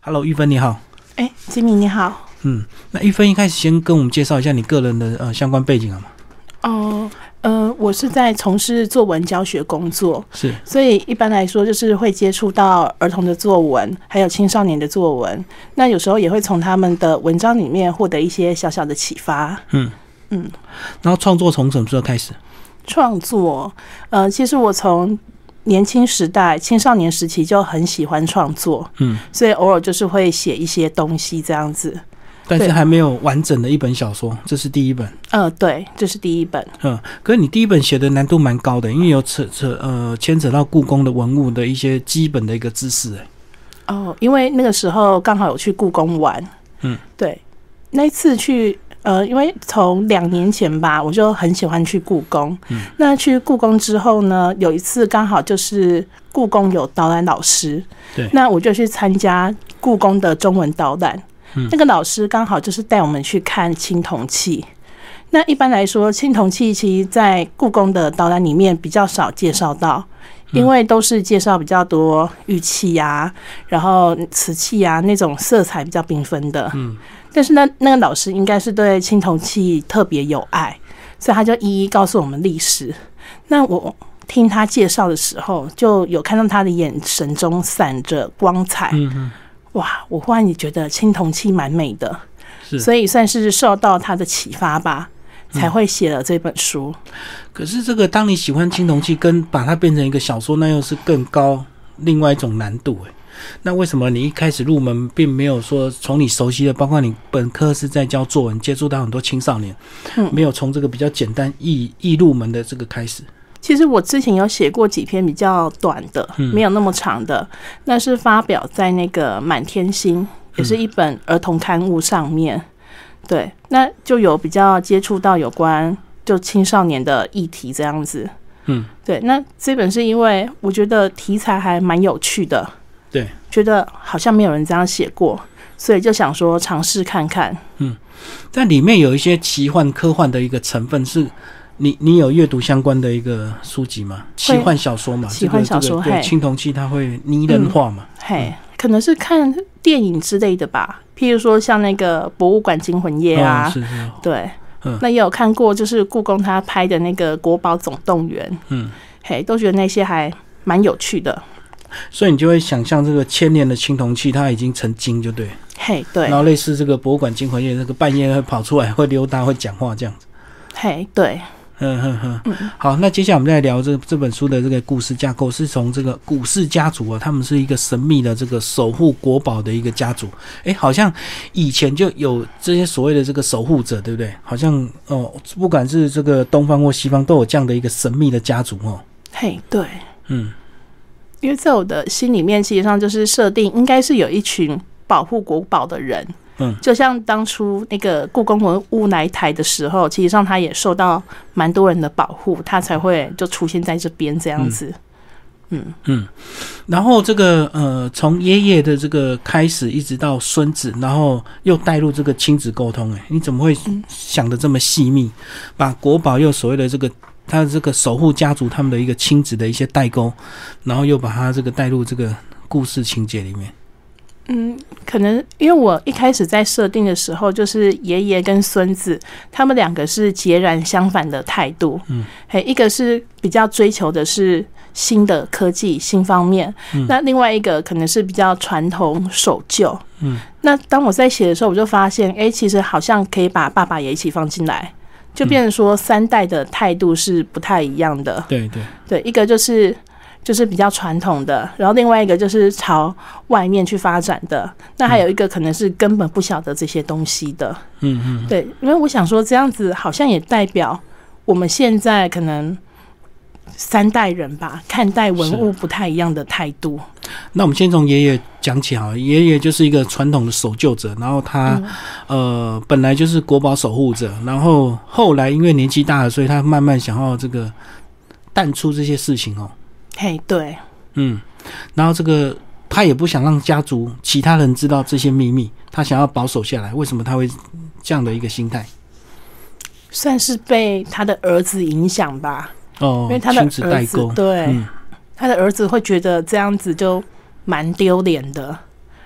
Hello，玉芬你好。哎，吉米你好。嗯，那玉芬一开始先跟我们介绍一下你个人的呃相关背景好吗？哦，呃，我是在从事作文教学工作，是所以一般来说就是会接触到儿童的作文，还有青少年的作文。那有时候也会从他们的文章里面获得一些小小的启发。然后创作从什么时候开始？创作，呃，其实我从年轻时代、青少年时期就很喜欢创作，嗯，所以偶尔就是会写一些东西这样子。但是对还没有完整的一本小说，这是第一本。呃，对，这是第一本。嗯，可是你第一本写的难度蛮高的，因为有扯扯呃牵扯到故宫的文物的一些基本的一个知识。哎，哦，因为那个时候刚好有去故宫玩，嗯，对，那一次去，呃，因为从两年前吧，我就很喜欢去故宫。嗯那去故宫之后呢，有一次刚好就是故宫有导览老师，对那我就去参加故宫的中文导览。嗯那个老师刚好就是带我们去看青铜器。那一般来说，青铜器其实在故宫的导览里面比较少介绍到，嗯因为都是介绍比较多玉器呀、然后瓷器啊那种色彩比较缤纷的。嗯，但是呢，那个老师应该是对青铜器特别有爱，所以他就一一告诉我们历史。那我听他介绍的时候，就有看到他的眼神中闪着光彩。嗯嗯，哇，我忽然也觉得青铜器蛮美的，是。所以算是受到他的启发吧，才会写了这本书。可是这个当你喜欢青铜器，跟把它变成一个小说，那又是更高另外一种难度诶。那为什么你一开始入门并没有说从你熟悉的，包括你本科是在教作文，接触到很多青少年，嗯没有从这个比较简单易易入门的这个开始？其实我之前有写过几篇比较短的，嗯没有那么长的，那是发表在那个《满天星》，也是一本儿童刊物上面。对，那就有比较接触到有关就青少年的议题这样子。嗯，对，那这本是因为我觉得题材还蛮有趣的，对，觉得好像没有人这样写过，所以就想说尝试看看。但里面有一些奇幻科幻的一个成分是。你你有阅读相关的一个书籍吗？奇幻小说嘛，奇幻这个小说这个对嘿嗯青铜器它会拟人化哦嘛？嘿，可能是看电影之类的吧，譬如说像那个《博物馆惊魂夜》啊，嗯是是，对，嗯那也有看过，就是故宫他拍的那个《国宝总动员》，嗯，嘿，都觉得那些还蛮有趣的。所以你就会想象这个千年的青铜器，它已经成精，就对了。嘿，对然，后类似这个博物馆惊魂夜，那个半夜会跑出来，会溜达，会讲话这样子。嘿，对，嗯哼哼，好，那接下来我们再聊这这本书的这个故事架构，是从这个古氏家族啊，他们是一个神秘的这个守护国宝的一个家族。诶，好像以前就有这些所谓的这个守护者，对不对？好像哦，不管是这个东方或西方，都有这样的一个神秘的家族哦。嘿，对，嗯，因为在我的心里面，其实上就是设定应该是有一群保护国宝的人，嗯，就像当初那个故宫文物来台的时候，其实上他也受到蛮多人的保护，他才会就出现在这边这样子。嗯然后这个呃，从爷爷的这个开始，一直到孙子，然后又带入这个亲子沟通，哎，你怎么会想的这么细密？把国宝又所谓的这个他的这个守护家族他们的一个亲子的一些代沟，然后又把它这个带入这个故事情节里面。嗯，可能因为我一开始在设定的时候，就是爷爷跟孙子他们两个是截然相反的态度。嗯，嘿，一个是比较追求的是新的科技、新方面，嗯那另外一个可能是比较传统守旧。嗯，那当我在写的时候，我就发现，哎、其实好像可以把爸爸也一起放进来，就变成说三代的态度是不太一样的。对对，对，一个就是就是比较传统的，然后另外一个就是朝外面去发展的，那还有一个可能是根本不晓得这些东西的。嗯嗯，对，因为我想说这样子好像也代表我们现在可能三代人吧，看待文物不太一样的态度。那我们先从爷爷讲起好了。爷爷就是一个传统的守旧者，然后他、嗯呃本来就是国宝守护者，然后后来因为年纪大了，所以他慢慢想要这个淡出这些事情哦。嘿，对，嗯，然后这个他也不想让家族其他人知道这些秘密，他想要保守下来。为什么他会这样的一个心态？算是被他的儿子影响吧，哦因为，他的亲子代儿子沟，对、嗯他的儿子会觉得这样子就蛮丢脸的。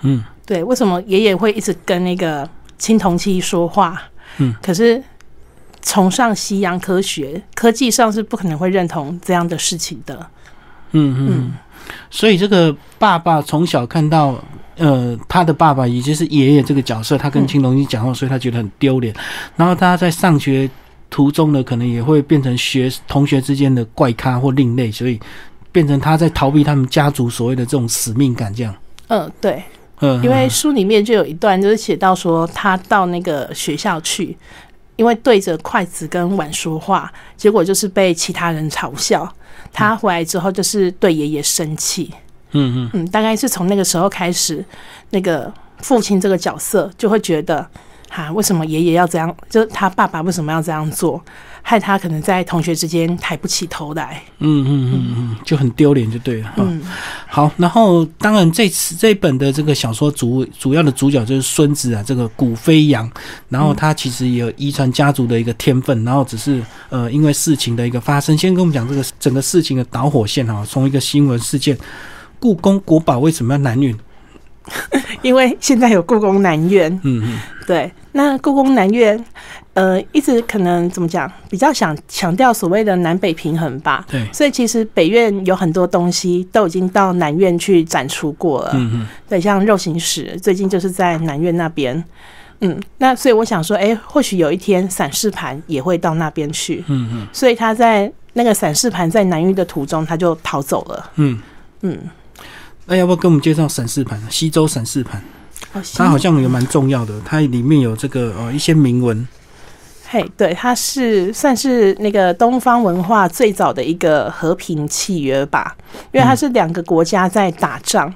嗯，对，为什么爷爷会一直跟那个青铜器说话？嗯，可是崇尚西洋科学，科技上是不可能会认同这样的事情的。嗯嗯嗯。所以这个爸爸从小看到，呃，他的爸爸也就是爷爷这个角色，他跟嗯青龙一讲话，所以他觉得很丢脸。然后他在上学途中呢，可能也会变成学同学之间的怪咖或另类，所以变成他在逃避他们家族所谓的这种使命感，这样。嗯，对，嗯，因为书里面就有一段就是写到说，他到那个学校去，因为对着筷子跟碗说话，结果就是被其他人嘲笑。他回来之后就是对爷爷生气，嗯嗯嗯，大概是从那个时候开始，那个父亲这个角色就会觉得，啊，为什么爷爷要这样？就是他爸爸为什么要这样做，害他可能在同学之间抬不起头来。 嗯嗯嗯嗯，就很丢脸就对了。哈嗯，好，然后当然这次这一本的这个小说主主要的主角就是孙子啊，这个古飞扬，然后他其实也有遗传家族的一个天分，然后只是呃因为事情的一个发生，先跟我们讲这个整个事情的导火线哈，从一个新闻事件，故宫国宝为什么要南运？因为现在有故宫南院，嗯嗯对，那故宫南院，呃，一直可能怎么讲，比较想强调所谓的南北平衡吧。对，所以其实北院有很多东西都已经到南院去展出过了，嗯嗯对，像肉形石最近就是在南院那边，嗯，那所以我想说，哎、或许有一天散饰盘也会到那边去，嗯嗯所以他在那个散饰盘在南运的途中他就逃走了，嗯，嗯，那要不要给我们介绍闪示盘？西周闪示盘，哦，它好像也蛮重要的，它里面有这个呃一些铭文。嘿，对，它是算是那个东方文化最早的一个和平契约吧，嗯因为它是两个国家在打仗。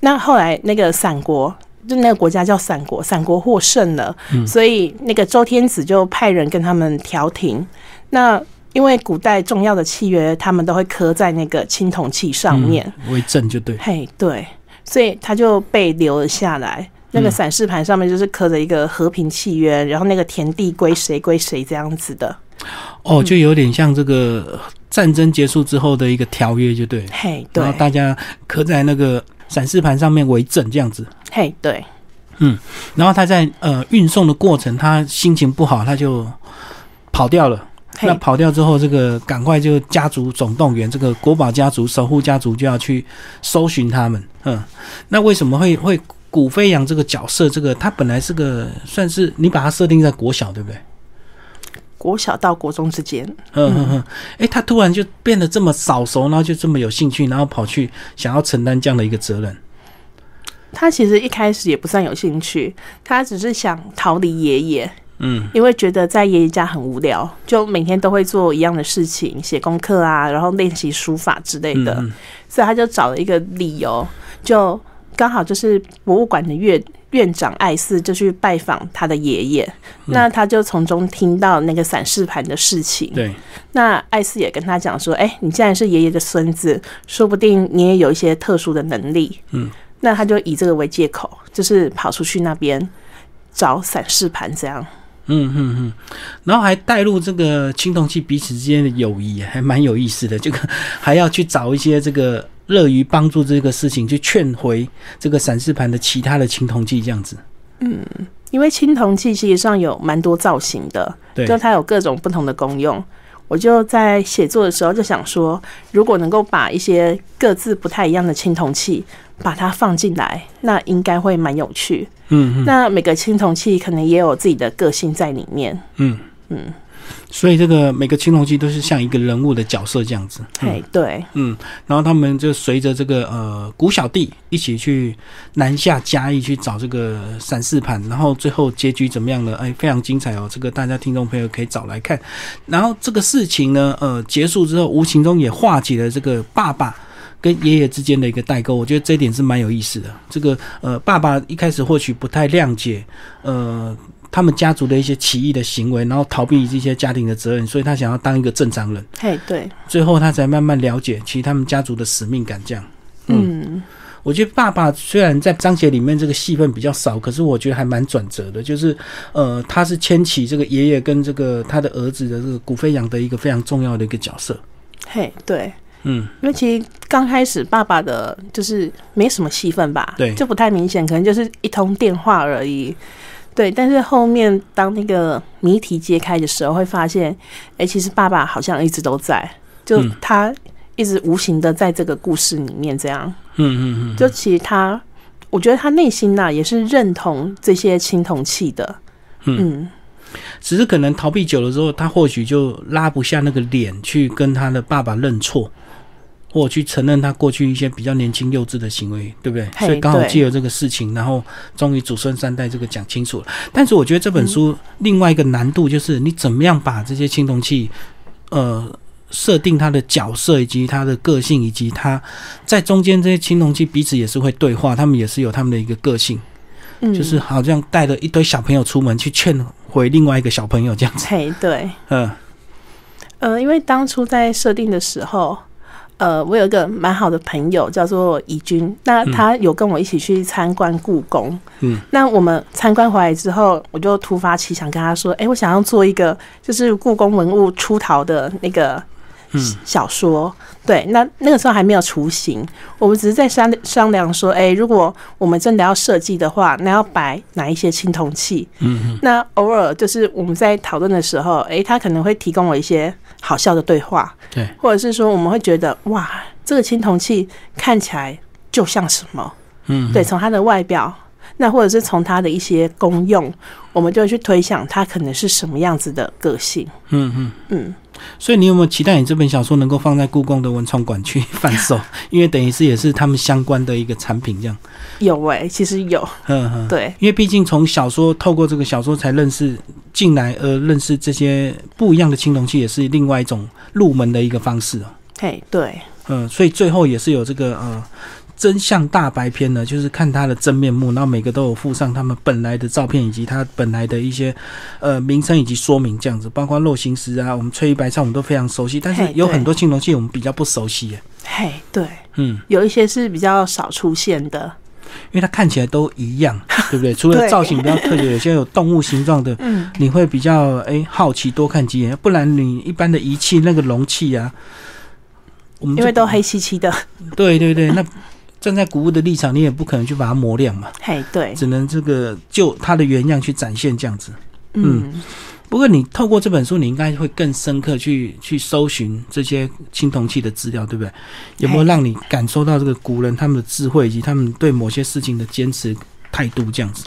那后来那个散国，就那个国家叫散国，散国获胜了，嗯所以那个周天子就派人跟他们调停。那因为古代重要的契约，他们都会刻在那个青铜器上面。嗯为证就对，嘿，对，所以他就被留了下来。那个嗯散饰盘上面就是刻着一个和平契约，然后那个田地归谁归谁这样子的。嗯哦，就有点像这个战争结束之后的一个条约，就对。嘿，然对后，大家刻在那个闪示盘上面为证这样子。嘿，对，然后他在呃运送的过程，他心情不好，他就跑掉了。那嘿，跑掉之后，这个赶快就家族总动员，这个国宝家族、守护家族就要去搜寻他们。嗯，那为什么会会古飞扬这个角色？这个他本来是个算是你把他设定在国小，对不对？国小到国中之间，嗯嗯嗯，哎，他突然就变得这么早熟，然后就这么有兴趣，然后跑去想要承担这样的一个责任。他其实一开始也不算有兴趣，他只是想逃离爷爷，嗯因为觉得在爷爷家很无聊，就每天都会做一样的事情，写功课啊，然后练习书法之类嗯的。嗯所以他就找了一个理由，就刚好就是博物馆的院院长艾斯就去拜访他的爷爷，嗯那他就从中听到那个散饰盘的事情。对，那艾斯也跟他讲说：“哎、你既然是爷爷的孙子，说不定你也有一些特殊的能力。”嗯，那他就以这个为借口，就是跑出去那边找散饰盘，这样。嗯嗯嗯，然后还带入这个青铜器彼此之间的友谊，还蛮有意思的。这个还要去找一些这个乐于帮助这个事情，去劝回这个闪示盘的其他的青铜器，这样子。因为青铜器其实上有蛮多造型的，对，就它有各种不同的功用。我就在写作的时候就想说，如果能够把一些各自不太一样的青铜器把它放进来，那应该会蛮有趣。嗯嗯那每个青铜器可能也有自己的个性在里面。嗯嗯嗯，所以这个每个青铜器都是像一个人物的角色这样子。嗯嘿，对，嗯，然后他们就随着这个呃古小弟一起去呃南下嘉义去找这个闪示盘，然后最后结局怎么样呢？哎，非常精彩哦，这个大家听众朋友可以找来看。然后这个事情呢，呃，结束之后，无形中也化解了这个爸爸。跟爷爷之间的一个代沟，我觉得这一点是蛮有意思的。这个呃，爸爸一开始或许不太谅解，呃，他们家族的一些奇异的行为，然后逃避这些家庭的责任，所以他想要当一个正常人。嘿，对，最后他才慢慢了解，其实他们家族的使命感这样。嗯，我觉得爸爸虽然在章节里面这个戏份比较少，可是我觉得还蛮转折的，就是呃，他是牵起这个爷爷跟这个他的儿子的这个古飞扬的一个非常重要的一个角色。嘿，对，嗯，因为其实刚开始爸爸的就是没什么戏份吧，对就不太明显，可能就是一通电话而已。对，但是后面当那个谜题揭开的时候，会发现，哎、其实爸爸好像一直都在，就嗯他一直无形的在这个故事里面这样。嗯嗯嗯，就其实他，我觉得他内心呐、也是认同这些青铜器的。嗯只是可能逃避久了之后，他或许就拉不下那个脸去跟他的爸爸认错，或去承认他过去一些比较年轻幼稚的行为，对不对？嘿所以刚好对借由这个事情，然后终于祖孙三代这个讲清楚了。但是我觉得这本书另外一个难度就是，你怎么样把这些青铜器，呃。设定他的角色，以及他的个性，以及他在中间这些青铜器彼此也是会对话，他们也是有他们的一个个性。嗯，就是好像带了一堆小朋友出门去劝回另外一个小朋友这样子。嘿，对。嗯呃，因为当初在设定的时候，呃，我有一个蛮好的朋友叫做怡君，那他有跟我一起去参观故宫。嗯，那我们参观回来之后，我就突发奇想跟他说：“哎、我想要做一个就是故宫文物出逃的那个嗯小说。对，那那个时候还没有雏形，我们只是在商商量说：“哎、如果我们真的要设计的话，那要摆哪一些青铜器？”嗯那偶尔就是我们在讨论的时候，诶、他可能会提供我一些好笑的对话，对，或者是说我们会觉得哇，这个青铜器看起来就像什么？嗯，对，从它的外表，那或者是从它的一些功用，我们就会去推想它可能是什么样子的个性。嗯嗯。嗯，所以你有没有期待你这本小说能够放在故宫的文创馆去贩 售？因为等于是也是他们相关的一个产品这样。有诶、其实有，嗯嗯。对，因为毕竟从小说透过这个小说才认识进来，而认识这些不一样的青铜器，也是另外一种入门的一个方式哦。嘿，对，嗯，所以最后也是有这个呃真相大白篇呢，就是看他的真面目，然后每个都有附上他们本来的照片以及他本来的一些呃名称以及说明这样子，包括肉形石啊，我们翠玉白菜我们都非常熟悉，但是嘿有对很多青铜器我们比较不熟悉耶，嘿，对，嗯，有一些是比较少出现的。因为它看起来都一 样，对不对？除了对造型比较特别，有些有动物形状的。嗯，你会比较哎、好奇，多看几眼，不然你一般的仪器那个容器啊，我们就因为都黑漆漆嗯的。对对对，那站在古物的立场，你也不可能去把它磨亮嘛，嘿，对，只能这个就它的原样去展现这样子。嗯不过你透过这本书，你应该会更深刻去去搜寻这些青铜器的资料，对不对？有没有嘿让你感受到这个古人他们的智慧以及他们对某些事情的坚持态度这样子？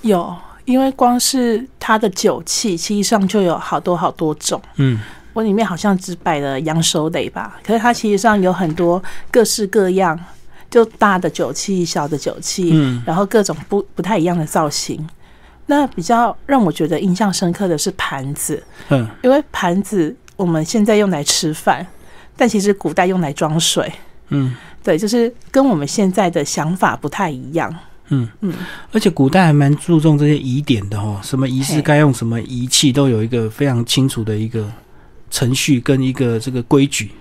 有，因为光是它的酒器，其实上就有好多好多种。嗯我里面好像只摆了羊首蕾吧，可是它其实上有很多各式各样，就大的酒器、小的酒器，嗯然后各种不不太一样的造型。那比较让我觉得印象深刻的是盘子，嗯因为盘子我们现在用来吃饭，但其实古代用来装水。嗯对，就是跟我们现在的想法不太一样。嗯嗯，而且古代还蛮注重这些疑点的哦，什么仪式嘿该用什么仪器，都有一个非常清楚的一个程序跟一个这个规矩。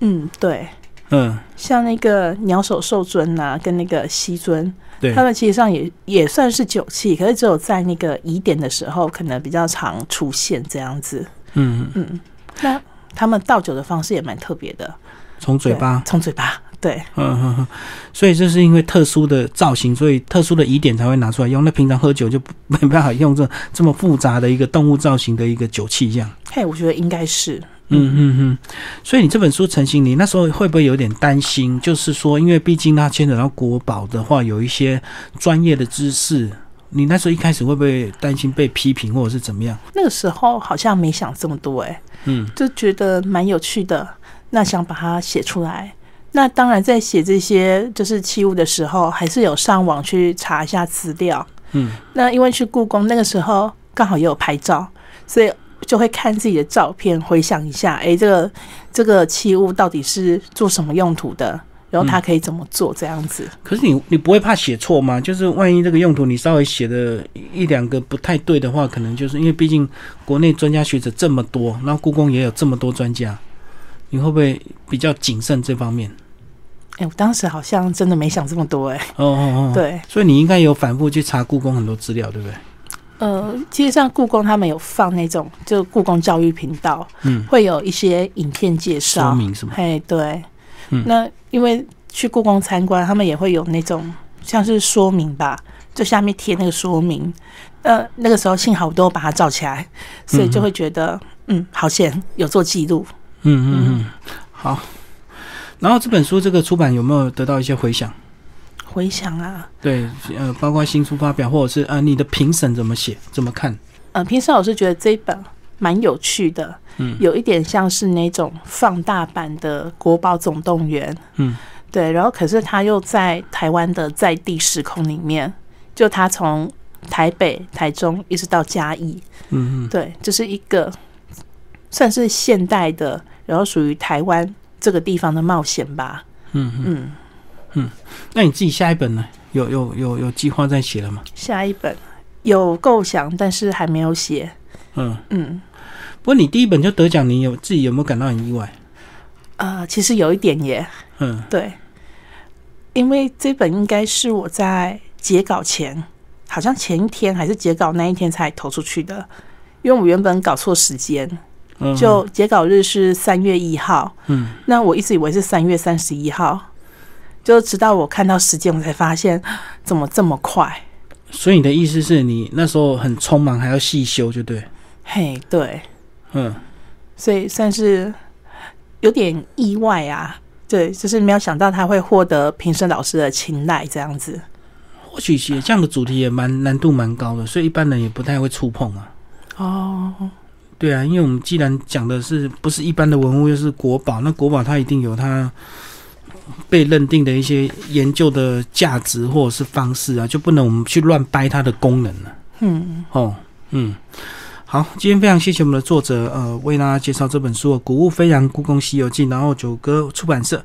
嗯，对。嗯，像那个鸟首兽尊呐、跟那个西尊，对他，们其实上也也算是酒器，可是只有在那个疑点的时候，可能比较常出现这样子。嗯，嗯，那他们倒酒的方式也蛮特别的，从嘴巴对从嘴巴，对，嗯哼哼， 所以这是因为特殊的造型，所以特殊的疑点才会拿出来用。那平常喝酒就不 没办法用这这么复杂的一个动物造型的一个酒器，这样。嘿，我觉得应该是，嗯嗯嗯。所以你这本书成型，你那时候会不会有点担心？就是说，因为毕竟它牵扯到国宝的话，有一些专业的知识，你那时候一开始会不会担心被批评或者是怎么样？那个时候好像没想这么多、哎，嗯就觉得蛮有趣的，那想把它写出来。那当然，在写这些就是器物的时候，还是有上网去查一下资料，嗯那因为去故宫那个时候刚好也有拍照，所以就会看自己的照片，回想一下，欸诶，这个这个器物到底是做什么用途的，然后嗯它可以怎么做这样子。可是你你不会怕写错吗？就是万一这个用途你稍微写的一两个不太对的话，可能就是因为毕竟国内专家学者这么多，然后故宫也有这么多专家，你会不会比较谨慎这方面？诶，欸我当时好像真的没想这么多、诶，欸哦哦哦，，对，所以你应该有反复去查故宫很多资料，对不对？呃，其实像故宫他们有放那种，就故宫教育频道嗯，会有一些影片介说绍，明什么？嘿，对，嗯那因为去故宫参观，他们也会有那种像是说明吧，就下面贴那个说明。呃，那个时候幸好我都把它照起来，所以就会觉得嗯，好险有做记录。嗯嗯嗯，好。然后这本书这个出版有没有得到一些回响？回想啊，对，呃，包括新书发表，或者是呃，你的评审怎么写，怎么看？呃，平时我是觉得这一本蛮有趣的，嗯有一点像是那种放大版的《国宝总动员》，嗯，对，然后可是它又在台湾的在地时空里面，就它从台北、台中一直到嘉义，嗯嗯对，这是一个算是现代的，然后属于台湾这个地方的冒险吧，嗯嗯。嗯，那你自己下一本呢？有有有有计划在写了吗？下一本有构想，但是还没有写，嗯，嗯。不过你第一本就得奖，你有自己有没有感到很意外？呃，其实有一点耶，嗯对，因为这本应该是我在截稿前，好像前一天还是截稿那一天才投出去的，因为我原本搞错时间，嗯，就截稿日是三月一号，嗯那我一直以为是三月三十一号，就直到我看到时间，我才发现怎么这么快？所以你的意思是你那时候很匆忙，还要细修，就对。嘿，对，嗯，所以算是有点意外啊。对，就是没有想到他会获得评审老师的青睐，这样子。或许写这样的主题也蛮难度蛮高的，所以一般人也不太会触碰啊。哦，对啊，因为我们既然讲的是不是一般的文物，又是国宝，那国宝它一定有它被认定的一些研究的价值或者是方式啊，就不能我们去乱掰它的功能啊了、嗯。哦，嗯，好，今天非常谢谢我们的作者，呃，为大家介绍这本书《古物飞扬：故宫西游记》，然后九歌出版社。